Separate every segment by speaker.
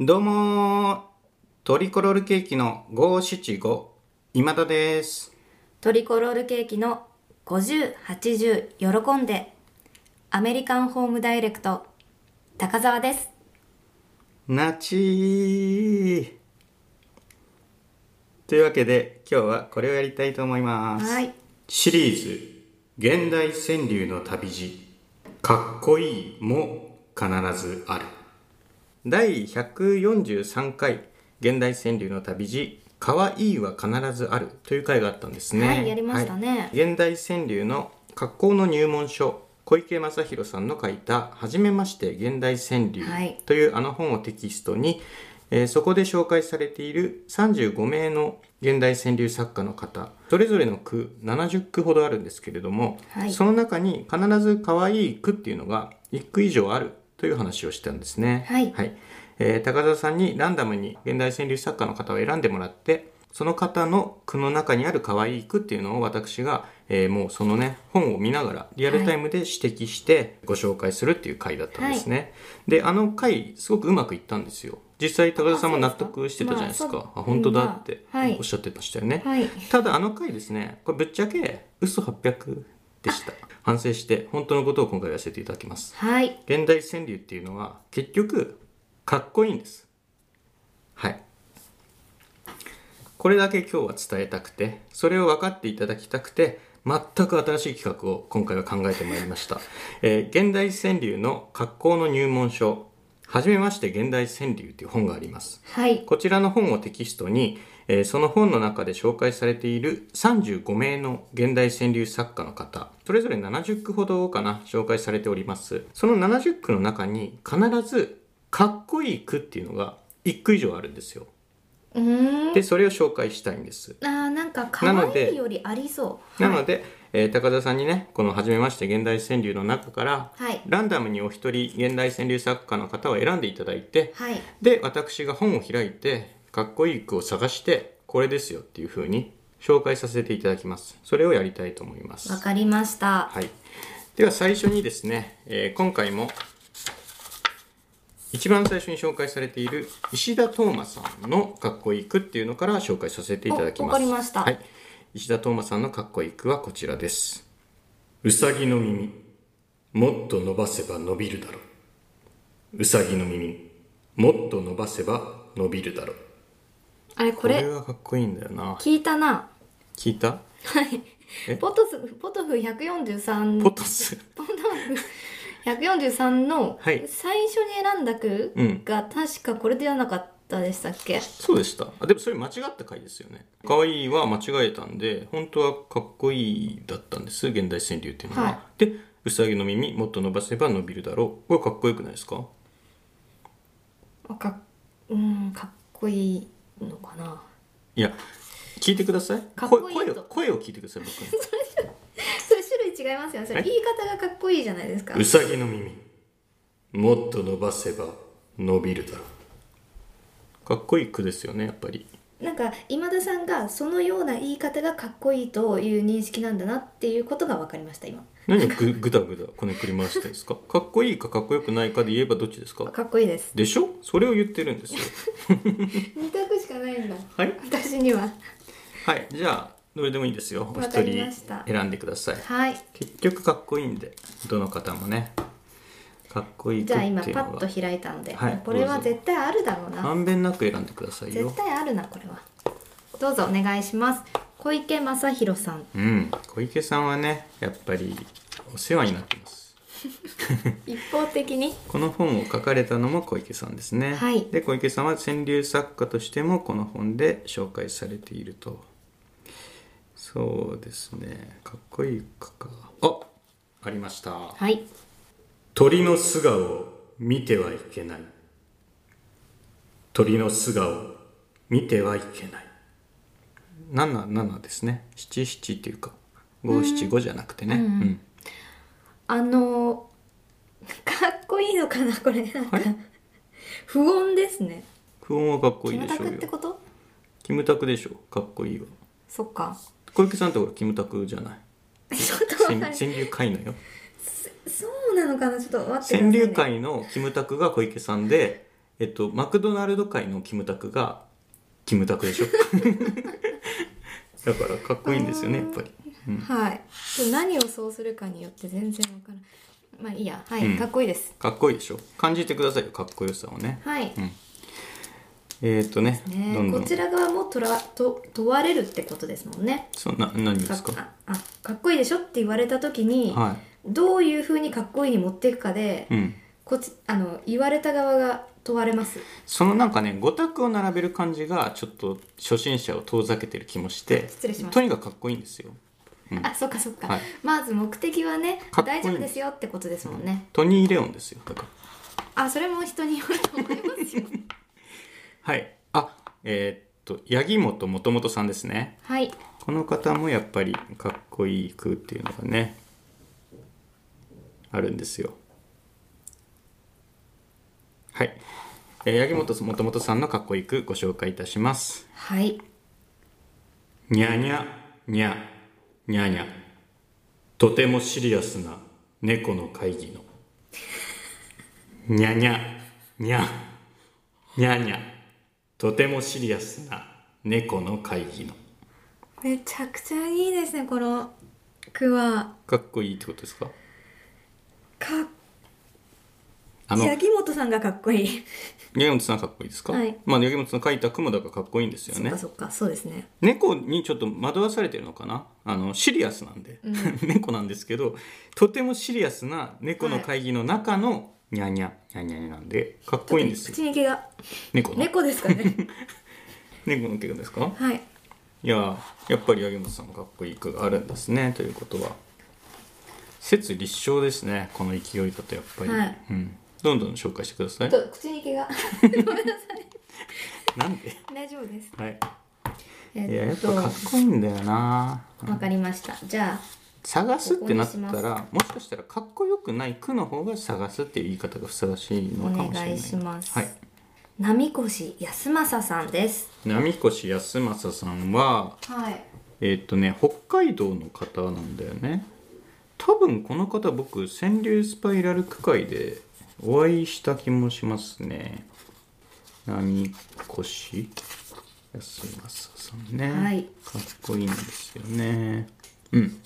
Speaker 1: どうもートリコロールケーキの575今田です
Speaker 2: トリコロールケーキの5080喜んでアメリカンホームダイレクト高澤です
Speaker 1: なちーというわけで今日はこれをやりたいと思います、
Speaker 2: はい
Speaker 1: シリーズ「現代川柳の旅路かっこいいも必ずある」第143回「現代川柳の旅路かわいいは必ずある」という回があったんですね
Speaker 2: はいやりましたね
Speaker 1: はい現代川柳の格好の入門書小池正弘さんの書いた「はじめまして現代川柳
Speaker 2: はい」
Speaker 1: というあの本をテキストに、えーそこで紹介されている35名の現代川柳作家の方それぞれの句70句ほどあるんですけれども、
Speaker 2: はい
Speaker 1: その中に必ず可愛い句っていうのが1句以上あるという話をしたんですね。
Speaker 2: はい
Speaker 1: えー高田さんにランダムに現代川柳作家の方を選んでもらってその方の句の中にある可愛い句っていうのを私が、えーもうそのね本を見ながらリアルタイムで指摘してご紹介するっていう回だったんですね、であの回すごくうまくいったんですよ実際高田さんも納得してたじゃないですか
Speaker 2: あそうで
Speaker 1: あ
Speaker 2: すかまあそう
Speaker 1: 本当だって
Speaker 2: うんまあはい
Speaker 1: おっしゃってましたよね、
Speaker 2: はい
Speaker 1: ただあの回ですねこれぶっちゃけ嘘800でした反省して本当のことを今回は教えていただきます
Speaker 2: はい
Speaker 1: 現代川柳っていうのは結局かっこいいんですはいこれだけ今日は伝えたくてそれを分かっていただきたくて全く新しい企画を今回は考えてまいりました、えー現代川柳の格好の入門書はじめまして現代川柳という本があります
Speaker 2: はい
Speaker 1: こちらの本をテキストに、えーその本の中で紹介されている35名の現代川柳作家の方、それぞれ70句ほどかな、紹介されております。その70句の中に必ず、かっこいい句っていうのが1句以上あるんですよ。
Speaker 2: うーん
Speaker 1: で、それを紹介したいんです。
Speaker 2: あーなんか可
Speaker 1: なの
Speaker 2: 愛
Speaker 1: で
Speaker 2: いよりありそう
Speaker 1: な
Speaker 2: はい
Speaker 1: ので、えー高田さんにね、この初めまして現代川柳の中から、
Speaker 2: はい
Speaker 1: ランダムにお一人現代川柳作家の方を選んでいただいて、
Speaker 2: はい
Speaker 1: で私が本を開いてかっこいい句を探してこれですよっていう風に紹介させていただきますそれをやりたいと思います
Speaker 2: わかりました
Speaker 1: はいでは最初にですね、えー今回も一番最初に紹介されている石田斗真さんのかっこいい句っていうのから紹介させていただきます
Speaker 2: おわかりました
Speaker 1: はい、石田斗真さんのかっこいい句はこちらですうさぎの耳もっと伸ばせば伸びるだろううさぎの耳もっと伸ばせば伸びるだろう
Speaker 2: あれこ
Speaker 1: これ
Speaker 2: れ
Speaker 1: はかっこいいんだよな
Speaker 2: 聞いたな
Speaker 1: 聞いたえ
Speaker 2: ポトスポトフ143
Speaker 1: ポトス
Speaker 2: ポトフ143の
Speaker 1: は
Speaker 2: 最
Speaker 1: い
Speaker 2: 初に選んだ句
Speaker 1: うん
Speaker 2: が確かこれではなかったでしたっけ、
Speaker 1: そうでしたあでもそれ間違った回ですよね可愛いは間違えたんで本当はかっこいいだったんです現代川柳っていうのは、
Speaker 2: は
Speaker 1: でうさぎの耳もっと伸ばせば伸びるだろうこれかっこよくないですか
Speaker 2: あかっうんかっこいいのかない
Speaker 1: や聞いてください
Speaker 2: かっこいい
Speaker 1: 声
Speaker 2: と
Speaker 1: 声を声を聞いてください 僕の
Speaker 2: それ種類違いますよねそ
Speaker 1: え
Speaker 2: れ言い方がかっこいいじゃないですか
Speaker 1: うさぎの耳もっと伸ばせば伸びるだろうかっこいい句ですよねやっぱり
Speaker 2: なんか今田さんがそのような言い方がかっこいいという認識なんだなっていうことが分かりました今
Speaker 1: 何ぐぐだぐだこねくり回してるんですかかっこいいかかっこよくないかで言えばどっちですか
Speaker 2: かっこいいです
Speaker 1: でしょそれを言ってるんですよ
Speaker 2: 二択しかないんだ
Speaker 1: はい
Speaker 2: 私には
Speaker 1: はいじゃあどれでもいいですよお一
Speaker 2: わかり
Speaker 1: 人
Speaker 2: ました
Speaker 1: 選んでください
Speaker 2: はい
Speaker 1: 結局かっこいいんでどの方もねかっこいい
Speaker 2: じ
Speaker 1: 句っ
Speaker 2: ゃ
Speaker 1: て
Speaker 2: あ
Speaker 1: いうの
Speaker 2: 今
Speaker 1: が
Speaker 2: パッと開いたので、
Speaker 1: はい
Speaker 2: これは
Speaker 1: どうぞ
Speaker 2: 絶対あるだろうな
Speaker 1: まんべんなく選んでくださいよ
Speaker 2: 絶対あるなこれはどうぞお願いします小池正弘さん
Speaker 1: うん小池さんはねやっぱりお世話になってます
Speaker 2: 一方的に
Speaker 1: この本を書かれたのも小池さんですね、
Speaker 2: はい
Speaker 1: で小池さんは川柳作家としてもこの本で紹介されているとそうですねかっこいいかかあありました
Speaker 2: はい
Speaker 1: 鳥の素顔を見てはいけない鳥の素顔を見てはいけない七七ですね七七っていうか五七五じゃなくてね、うん
Speaker 2: あのー、かっこいいのかなこれなんか
Speaker 1: はい
Speaker 2: 不穏ですね
Speaker 1: クオンはかっこい
Speaker 2: キ
Speaker 1: い
Speaker 2: ム
Speaker 1: でしょ
Speaker 2: タ
Speaker 1: う
Speaker 2: クっ
Speaker 1: よ
Speaker 2: てこと
Speaker 1: キムタクでしょかっこいいわ
Speaker 2: そっか
Speaker 1: 小池さんってほらキムタクじゃない
Speaker 2: ちょっとわか
Speaker 1: 川
Speaker 2: んない
Speaker 1: 川柳界のよ
Speaker 2: そうなのかなちょっと待ってください、
Speaker 1: 川
Speaker 2: ね、
Speaker 1: 柳界のキムタクが小池さんで、えっと、マクドナルド界のキムタクがキムタクでしょ だからかっこいいんですよねやっぱり、うん
Speaker 2: はい。でも何をそうするかによって全然わからない。まあいいや。はい、
Speaker 1: うん
Speaker 2: かっこいいです。
Speaker 1: かっこいいでしょ感じてくださいよかっこよさをね
Speaker 2: はい。
Speaker 1: えーっ、とね
Speaker 2: ね
Speaker 1: どんどん
Speaker 2: こちら側もとらと問われるってことですもんね。
Speaker 1: そうな何で
Speaker 2: か
Speaker 1: すか
Speaker 2: ああかっこいいでしょって言われた時に、
Speaker 1: は
Speaker 2: どういうふうにかっこいいに持っていくかで、
Speaker 1: い、うん、
Speaker 2: こっちあの言われた側が問われます。
Speaker 1: そのなんかね五択を並べる感じがちょっと初心者を遠ざけてる気もして
Speaker 2: 失礼しました
Speaker 1: とにかくかっこいいんですようん
Speaker 2: あそっかそっか、
Speaker 1: はい
Speaker 2: まず目的はね
Speaker 1: かっこいい
Speaker 2: 大丈夫ですよってことですもんね
Speaker 1: トニー・レオンですよだから
Speaker 2: あそれも人によると思いま すよ
Speaker 1: はいあえーっと八木本もともとさんですね
Speaker 2: はい
Speaker 1: この方もやっぱりかっこいい句っていうのがねあるんですよはい、えー、八木本もともとさんのかっこいい句ご紹介いたします
Speaker 2: はい
Speaker 1: にゃにゃにゃにゃにゃとてもシリアスな猫の会議のにゃにゃにゃにゃにゃとてもシリアスな猫の会議の
Speaker 2: めちゃくちゃいいですねこの句は
Speaker 1: かっこいいってことですか
Speaker 2: かっ
Speaker 1: あの
Speaker 2: 八木本さんがかっこいい
Speaker 1: 八木本さんかっこいいですか、
Speaker 2: はい
Speaker 1: まあ八木本さんが書いた雲だからかっこいいんですよ
Speaker 2: そっ
Speaker 1: ね
Speaker 2: かそっかそうですね
Speaker 1: 猫にちょっと惑わされてるのかなあのシリアスなんで、猫なんですけどとてもシリアスな猫の会議の中のニャニャニャニャニャなんでかっこいいんですよ
Speaker 2: 口に毛が
Speaker 1: 猫の猫
Speaker 2: 猫ですかね
Speaker 1: の毛がですか
Speaker 2: はい
Speaker 1: いやーやっぱり八木本さんのかっこいい句があるんですねということは説立証ですねこの勢いだとやっぱり、
Speaker 2: はい
Speaker 1: うん、どんどん紹介してください
Speaker 2: と口に毛が
Speaker 1: なんで
Speaker 2: 大丈夫です
Speaker 1: はい
Speaker 2: え
Speaker 1: いやや
Speaker 2: っ
Speaker 1: っ
Speaker 2: と
Speaker 1: ぱかっこいいんだよな
Speaker 2: わかりましたじゃ
Speaker 1: 探すってなった
Speaker 2: ここにし
Speaker 1: らもしかしたらかっこよくない句の方が探すっていう言い方がふさわしい
Speaker 2: あ
Speaker 1: の
Speaker 2: お
Speaker 1: かもしれない
Speaker 2: 願いします、
Speaker 1: はい、
Speaker 2: 波越康政さんです
Speaker 1: 波越康政さんは
Speaker 2: はい
Speaker 1: えーっとね北海道の方なんだよね多分この方僕川柳スパイラル区会でお会いした気もしますね波越康政さんね、
Speaker 2: はい
Speaker 1: かっこいいんですよねうん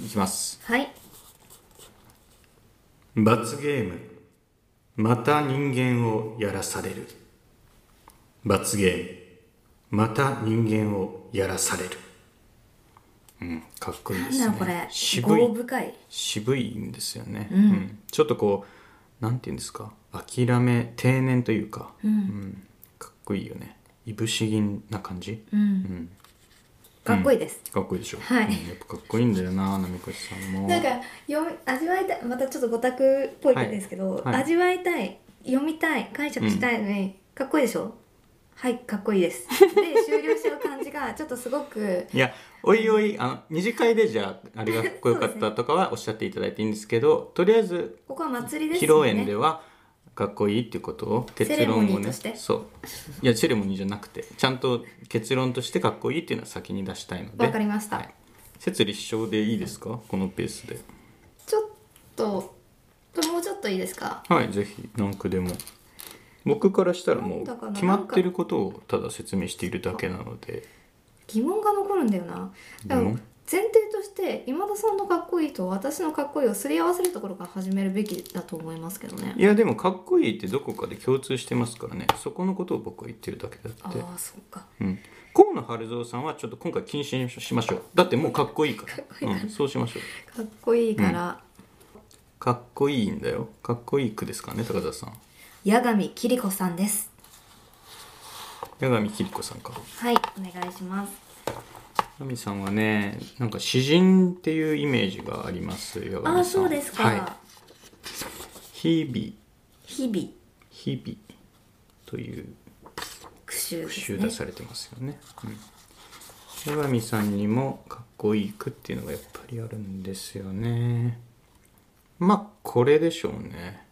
Speaker 1: いきます
Speaker 2: はい
Speaker 1: 罰ゲームまた人間をやらされる罰ゲームまた人間をやらされるうんかっこいい
Speaker 2: な
Speaker 1: で
Speaker 2: ん
Speaker 1: す
Speaker 2: だ
Speaker 1: ね
Speaker 2: ろうこれ
Speaker 1: 渋
Speaker 2: 豪
Speaker 1: い
Speaker 2: 深い
Speaker 1: 渋いんですよね、
Speaker 2: うん
Speaker 1: ちょっとこうなんて言うんですか諦め定年というか、
Speaker 2: うん
Speaker 1: うんかっこいいよねいぶし銀な感じ、
Speaker 2: う
Speaker 1: うんん、
Speaker 2: かっこいいです、
Speaker 1: かっこいいでしょ、
Speaker 2: はい
Speaker 1: うんやっぱかっこいいんだよな波越さんも
Speaker 2: なんか読み味わいたいまたちょっと五択っぽいですけど、
Speaker 1: はいはい
Speaker 2: 味わいたい読みたい解釈したいのに、かっこいいでしょはいかっこいいですで終了しちゃう感じがちょっとすごく
Speaker 1: いや、おいおい、あの、二次会でじゃあ、あれがかっこよかったとかはおっしゃっていただいていいんですけど、とりあえず、
Speaker 2: ここは祭りで
Speaker 1: 披
Speaker 2: す
Speaker 1: 露
Speaker 2: よ
Speaker 1: 宴で
Speaker 2: ね
Speaker 1: は、かっこいいっていうことを、結
Speaker 2: セレモ
Speaker 1: 論
Speaker 2: ニ
Speaker 1: を
Speaker 2: ー
Speaker 1: ね
Speaker 2: として、
Speaker 1: そう。いや、セレモニーじゃなくて、ちゃんと結論としてかっこいいっていうのは先に出したいので。
Speaker 2: わかりました、
Speaker 1: はい説立証でいいですかこのペースで。
Speaker 2: ちょっともうちょっといいですか
Speaker 1: はい、ぜひ、何句でも。僕からしたらも
Speaker 2: なんだか
Speaker 1: う、
Speaker 2: な
Speaker 1: 決まってることをただ説明しているだけなので。
Speaker 2: 疑問が残るんだよなだから
Speaker 1: 疑問
Speaker 2: 前提として今田さんのかっこいいと私のかっこいいをすり合わせるところから始めるべきだと思いますけどね
Speaker 1: いや、でも、かっこいいってどこかで共通してますからね。そこのことを僕は言ってるだけだ
Speaker 2: あ
Speaker 1: って。
Speaker 2: あそうか
Speaker 1: うん、河野晴蔵さんはちょっと今回禁止にしましょうだってもうかっこいいから
Speaker 2: かっこいいから
Speaker 1: うん、そうしましょう
Speaker 2: かっこいいから、
Speaker 1: かっこいいんだよかっこいい句ですからね高田さん
Speaker 2: 八神きりこさんです
Speaker 1: 八神紀子さんか
Speaker 2: はいお願いします
Speaker 1: 八神さんはねなんか詩人っていうイメージがあります八神さん
Speaker 2: ああそうですか、
Speaker 1: はい、日々
Speaker 2: 日々
Speaker 1: 日々という
Speaker 2: 苦習で
Speaker 1: 句
Speaker 2: す
Speaker 1: 集出
Speaker 2: ね
Speaker 1: されてますよねうん、八神さんにもかっこいい句っていうのがやっぱりあるんですよねまあこれでしょうね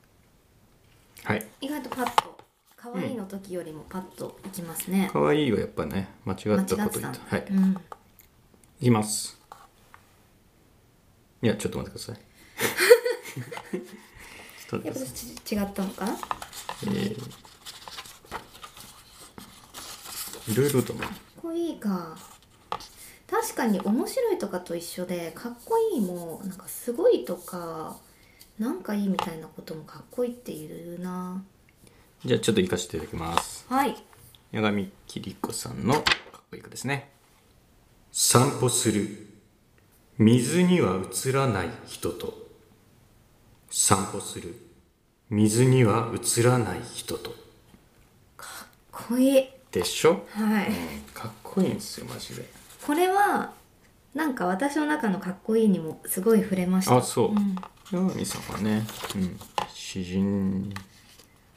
Speaker 1: はい
Speaker 2: 意外とパッと可愛いの時よりもパッといきますね、
Speaker 1: 可愛いはやっぱね間違
Speaker 2: 間
Speaker 1: っ
Speaker 2: 違って
Speaker 1: たこ
Speaker 2: たん
Speaker 1: と言
Speaker 2: だ
Speaker 1: ったはい、
Speaker 2: う
Speaker 1: い
Speaker 2: ん、
Speaker 1: きますいや ちょっと待ってくださいちょっと
Speaker 2: やっ
Speaker 1: 待ってく
Speaker 2: ぱ
Speaker 1: ださい
Speaker 2: ち違ったのかな
Speaker 1: えーいろいろとね
Speaker 2: っこいいか確かに面白いとかと一緒でかっこいいもなんかすごいとかなんかいいみたいなこともかっこいいって言うな
Speaker 1: じゃあちょっと活かしていただきます
Speaker 2: はい
Speaker 1: 八神桐子さんのかっこいい句ですね散歩する水には映らない人と散歩する水には映らない人と
Speaker 2: かっこいい
Speaker 1: でしょ
Speaker 2: はい
Speaker 1: かっこいいんですよマジで
Speaker 2: これはなんか私の中のかっこいいにもすごい触れました
Speaker 1: あそう、
Speaker 2: ん
Speaker 1: ヤマミさんはね、うん、詩人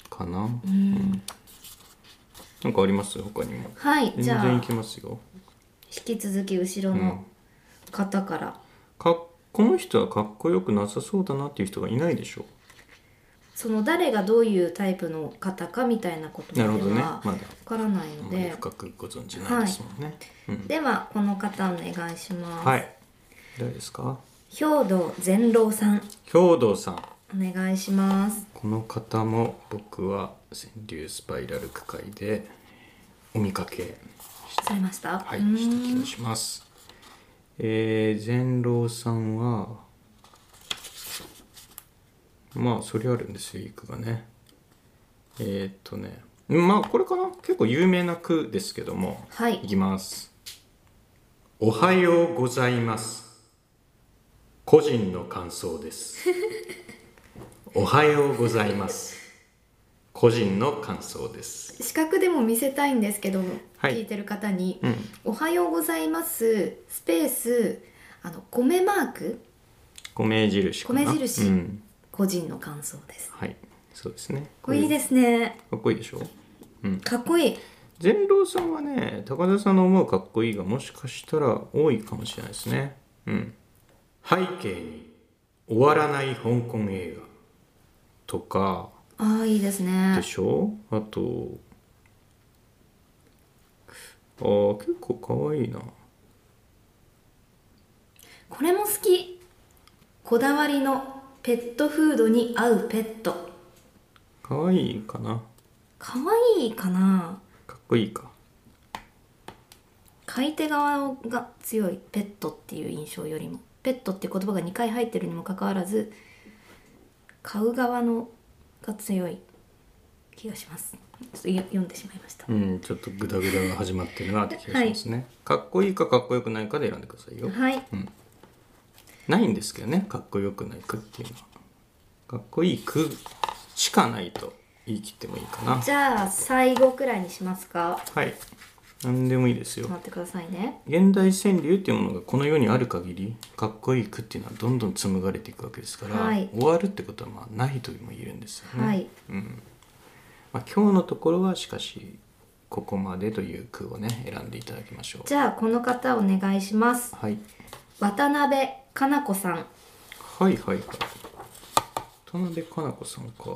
Speaker 1: かな、うんなんかあります他にも
Speaker 2: はい
Speaker 1: 全
Speaker 2: じゃ
Speaker 1: 然い
Speaker 2: あ
Speaker 1: けますよ、
Speaker 2: 引き続き後ろの方から、
Speaker 1: かっこの人はかっこよくなさそうだなっていう人がいないでしょ
Speaker 2: その誰がどういうタイプの方かみたいなこと
Speaker 1: なるほどね
Speaker 2: は
Speaker 1: まだ
Speaker 2: わからないので、
Speaker 1: まり深くご存じないですもんね、うん
Speaker 2: ではこの方お願いします、
Speaker 1: はい誰ですか
Speaker 2: 兵道善郎さん
Speaker 1: 兵道さん
Speaker 2: お願いします
Speaker 1: この方も僕は川柳スパイラル区会でお見かけ
Speaker 2: されました
Speaker 1: はいう
Speaker 2: ーん
Speaker 1: した気がしますえー、善郎さんはまあそれあるんですよいい句がねえー、っとねまあこれかな結構有名な句ですけども
Speaker 2: はい
Speaker 1: いきます。おはようございます。個人の感想 です。おはようございます。個人の感想です。
Speaker 2: 視覚でも見せたいんですけども、
Speaker 1: はい
Speaker 2: 聞いてる方に、
Speaker 1: うん。
Speaker 2: おはようございますスペースあの米マーク
Speaker 1: 米印かな。
Speaker 2: 米印
Speaker 1: うん。
Speaker 2: 個人の感想ですかっ
Speaker 1: はい。そうですね。
Speaker 2: こいい
Speaker 1: す。
Speaker 2: ですね
Speaker 1: かっこいいでしょ。うん。
Speaker 2: かっこいい
Speaker 1: 善郎さんはね、高田さんの思うかっこいいがもしかしたら多いかもしれないですね。うん。背景に終わらない香港映画とか。
Speaker 2: ああいいですね
Speaker 1: でしょあとあー結構かわいいな
Speaker 2: これも好きこだわりのペットフードに合うペット
Speaker 1: かわいいかな
Speaker 2: かわいいかな
Speaker 1: かっこいいか
Speaker 2: 買い手側が強いペットっていう印象よりもペットっていう言葉が2回入ってるにもかかわらず買う側のが強い気がしますちょっとい読んでしまいました、
Speaker 1: うんちょっとグダグダが始まってるなって気がしますね、かっこいいかかっこよくないかで選んでくださいよ
Speaker 2: はい
Speaker 1: ないんですけどねかっこよくない句っていうのはかっこいい句しかないと言い切ってもいいかな
Speaker 2: じゃあ最後くらいにしますか
Speaker 1: はい何でもいいですよ
Speaker 2: 待ってくださいね
Speaker 1: 現代川柳っていうものがこの世にある限りかっこいい句っていうのはどんどん紡がれていくわけですから、
Speaker 2: はい
Speaker 1: 終わるってことはまあないとも言えるんですよね、
Speaker 2: はい
Speaker 1: まあ、今日のところはしかしここまでという句をね選んでいただきましょう
Speaker 2: じゃあこの方お願いします
Speaker 1: はい
Speaker 2: 渡辺かな子さん
Speaker 1: はいはいはい田辺かな子さんか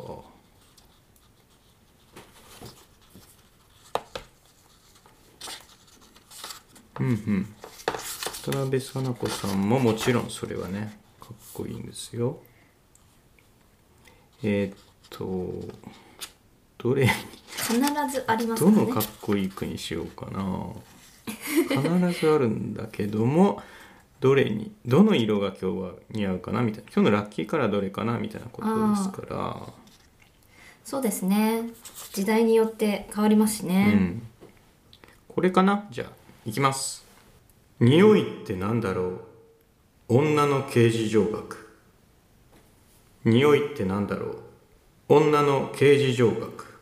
Speaker 1: うんうん田辺かな子さんももちろんそれはねかっこいいんですよえーっとどれ
Speaker 2: 必ずあります
Speaker 1: ど
Speaker 2: かね
Speaker 1: のかっこいい句にしようかな必ずあるんだけどもどれにどの色が今日は似合うかなみたいな今日のラッキーカラーどれかなみたいなことですか
Speaker 2: そうですね時代によって変わりますし
Speaker 1: ら、う
Speaker 2: ね、
Speaker 1: ん、これかなじゃあいきます匂いってなんだろう女の刑事上学匂いってなんだろう女の刑事上学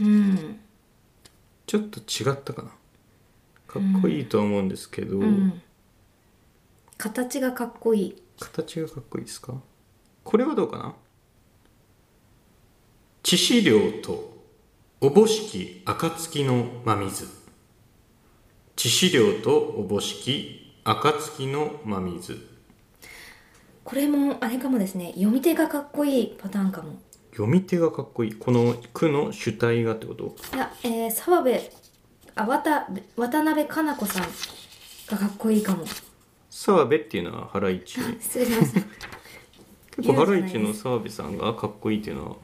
Speaker 2: うん
Speaker 1: ちょっと違ったかなかっこいいとは思うんですけど、
Speaker 2: うん、形がかっこいい
Speaker 1: 形がかっこいいですかこれはどうかな致死量とおぼしき暁の真水致死量とおぼしき暁の真水
Speaker 2: これもあれかもですね読み手がかっこいいパターンかも
Speaker 1: 読み手がかっこいいこの句の主体がってこと
Speaker 2: いやえー、澤部あ渡渡辺かな子さんがかっこいいかも
Speaker 1: 澤部っていうのはハライチ
Speaker 2: 失礼しました
Speaker 1: 結構ハライチの澤部さんがかっこいいっていうのは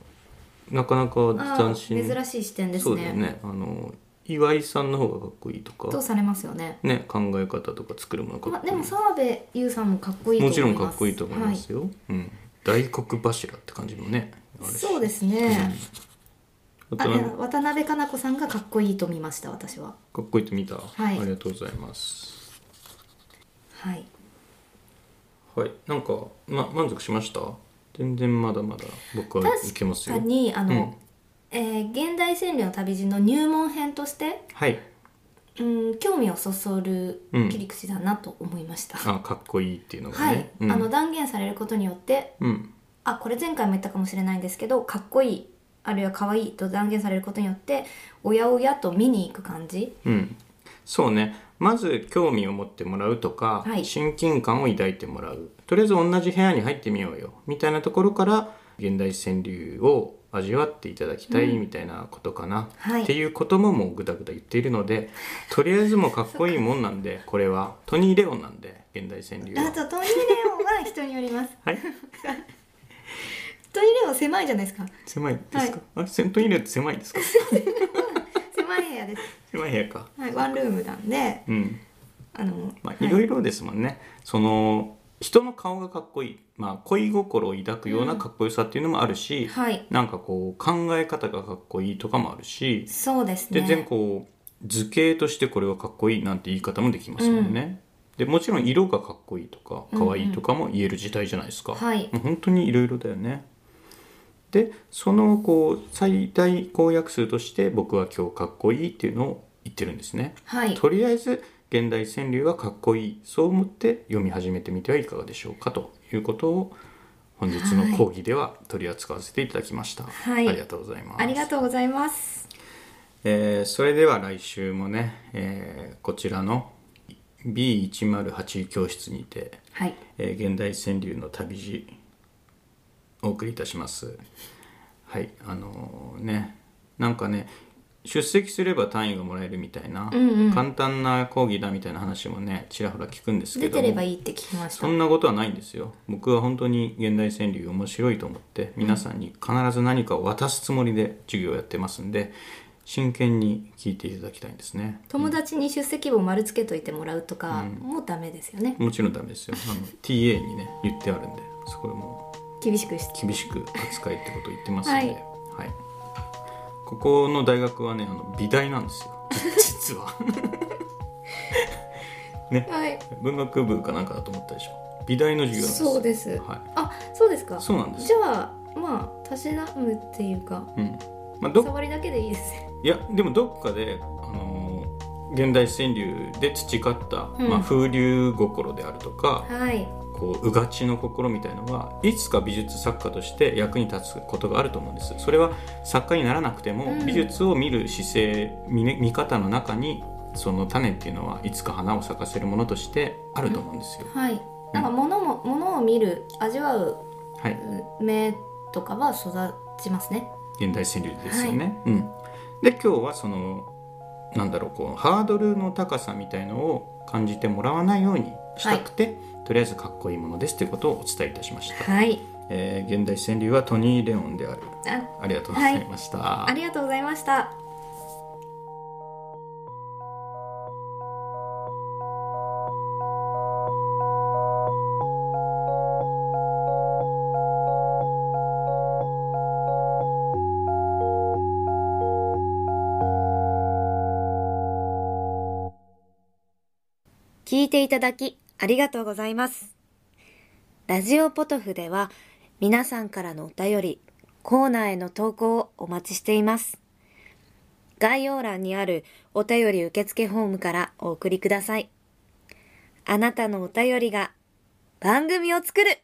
Speaker 1: なかなか
Speaker 2: あ
Speaker 1: 斬新
Speaker 2: ー珍しい視点です
Speaker 1: そうだよ
Speaker 2: ね
Speaker 1: ねあの岩井さんの方がかっこいいとか
Speaker 2: とされますよね
Speaker 1: ね考え方とか作るものかっこ
Speaker 2: ま
Speaker 1: いい
Speaker 2: でも澤部優さんもかっこいいと思います
Speaker 1: もちろんかっこいいと思いますよ、うん、大黒柱って感じもねあ
Speaker 2: は
Speaker 1: る
Speaker 2: い、
Speaker 1: し
Speaker 2: そうですね、
Speaker 1: あ
Speaker 2: あ
Speaker 1: と
Speaker 2: い
Speaker 1: な
Speaker 2: や
Speaker 1: んか
Speaker 2: 渡辺かな子さんがかっこいいと見ました私は
Speaker 1: かっこいいと見た、
Speaker 2: はい
Speaker 1: ありがとうございます
Speaker 2: はい
Speaker 1: はいなんか、ま、満足しました全然まだまだ僕はいけます
Speaker 2: 確か
Speaker 1: よ
Speaker 2: にあの、えー現代川柳の旅路の入門編として、
Speaker 1: はい
Speaker 2: うん、興味をそそる
Speaker 1: うん
Speaker 2: 切り口だなと思いました、
Speaker 1: あかっこいいっていうのが
Speaker 2: はい
Speaker 1: ね、、うん、
Speaker 2: あの断言されることによって
Speaker 1: うん
Speaker 2: あこれ前回も言ったかもしれないんですけどかっこいいあるいはかわいいと断言されることによっておやおやと見に行く感じ
Speaker 1: うん、そうねまず興味を持ってもらうとか、
Speaker 2: はい
Speaker 1: 親近感を抱いてもらうとりあえず同じ部屋に入ってみようよみたいなところから現代川柳を味わっていただきたいみたいなことかな、
Speaker 2: はい
Speaker 1: っていうことももうぐだぐだ言っているのでとりあえずもうかっこいいもんなんでこれはトニー・レオンなんで現代川柳
Speaker 2: あ
Speaker 1: は。
Speaker 2: とトニー・レオンは人によります
Speaker 1: はい、
Speaker 2: トニー・レオン狭いじゃないですか
Speaker 1: 狭いですか、あれセントニーレオンって狭いん ですか
Speaker 2: 狭い部屋です、
Speaker 1: 狭い部屋か
Speaker 2: はい、ワンルームなんで
Speaker 1: うん
Speaker 2: あの、
Speaker 1: まあ、
Speaker 2: はい
Speaker 1: ろいろですもんね、その人の顔がかっこいい、まあ、恋心を抱くようなかっこよさっていうのもあるし、
Speaker 2: はい
Speaker 1: なんかこう考え方がかっこいいとかもあるし、
Speaker 2: そうですね
Speaker 1: で全こう図形としてこれはかっこいいなんて言い方もできますもんね、でもちろん色がかっこいいとか
Speaker 2: うんうん
Speaker 1: 可愛いとかも言える時代じゃないですか、
Speaker 2: はい
Speaker 1: もう本当にいろいろだよねでそのこう最大公約数として僕は今日かっこいいっていうのを言ってるんですね
Speaker 2: はい
Speaker 1: とりあえず現代川柳はかっこいいそう思って読み始めてみてはいかがでしょうかということを本日の講義では取り扱わせていただきました、
Speaker 2: はい
Speaker 1: ありがとうございます
Speaker 2: ありがとうございます
Speaker 1: えーそれでは来週もね、えーこちらの B108 教室にて、
Speaker 2: はい
Speaker 1: えー現代川柳の旅路お送りいたしますはいあのーねなんかね出席すれば単位がもらえるみたいな、
Speaker 2: んうん
Speaker 1: 簡単な講義だみたいな話もねちらほら聞くんですけ
Speaker 2: 出
Speaker 1: ども
Speaker 2: てればいいって聞きました
Speaker 1: そんなことはないんですよ僕は本当に現代川柳面白いと思って皆さんに必ず何かを渡すつもりで授業をやってますんで真剣に聞いていただきたいんですね
Speaker 2: 友達に出席簿丸つけといてもらうとか、もうダメですよね
Speaker 1: もちろんダメですよあの TA にね言ってあるんでそこでもう
Speaker 2: 厳しくし
Speaker 1: 厳しく扱いってことを言ってますんで、は
Speaker 2: はいい
Speaker 1: ここの大学はねあの美大なんですよ 実は
Speaker 2: はい
Speaker 1: 文学部かなんかだと思ったでしょ美大の授業なんですよ
Speaker 2: そうです
Speaker 1: は
Speaker 2: あそうですか
Speaker 1: い、そうなんです
Speaker 2: じ
Speaker 1: よ、
Speaker 2: ゃあまあたしなむっていうか
Speaker 1: うんまあ、どっ
Speaker 2: 触りだけでいいですね
Speaker 1: いやでもどっかで、あのー現代川柳で培った、
Speaker 2: うん
Speaker 1: まあ、風流心であるとか、
Speaker 2: はい
Speaker 1: こううがちの心みたいのはいつか美術作家として役に立つことがあると思うんですそれは作家にならなくても、
Speaker 2: うん
Speaker 1: 美術を見る姿勢見,、ね、見方の中にその種っていうのはいつか花を咲かせるものとしてあると思うんですよ、
Speaker 2: はいなんか物も物を見る味わう
Speaker 1: はい
Speaker 2: 目とかは育ちますね
Speaker 1: 現代川柳ですよね、うん、で今日はそのなんだろうこうハードルの高さみたいのを感じてもらわないようにしたくて、とりあえずかっこいいものですということをお伝えいたしました、
Speaker 2: はい
Speaker 1: えー現代川柳はトニー・レオンである
Speaker 2: あ
Speaker 1: ありがとうございました、
Speaker 2: ありがとうございました
Speaker 3: 聞いていただきありがとうございます。ラジオポトフでは皆さんからのお便り、コーナーへの投稿をお待ちしています。概要欄にあるお便り受付フォームからお送りください。あなたのお便りが番組を作る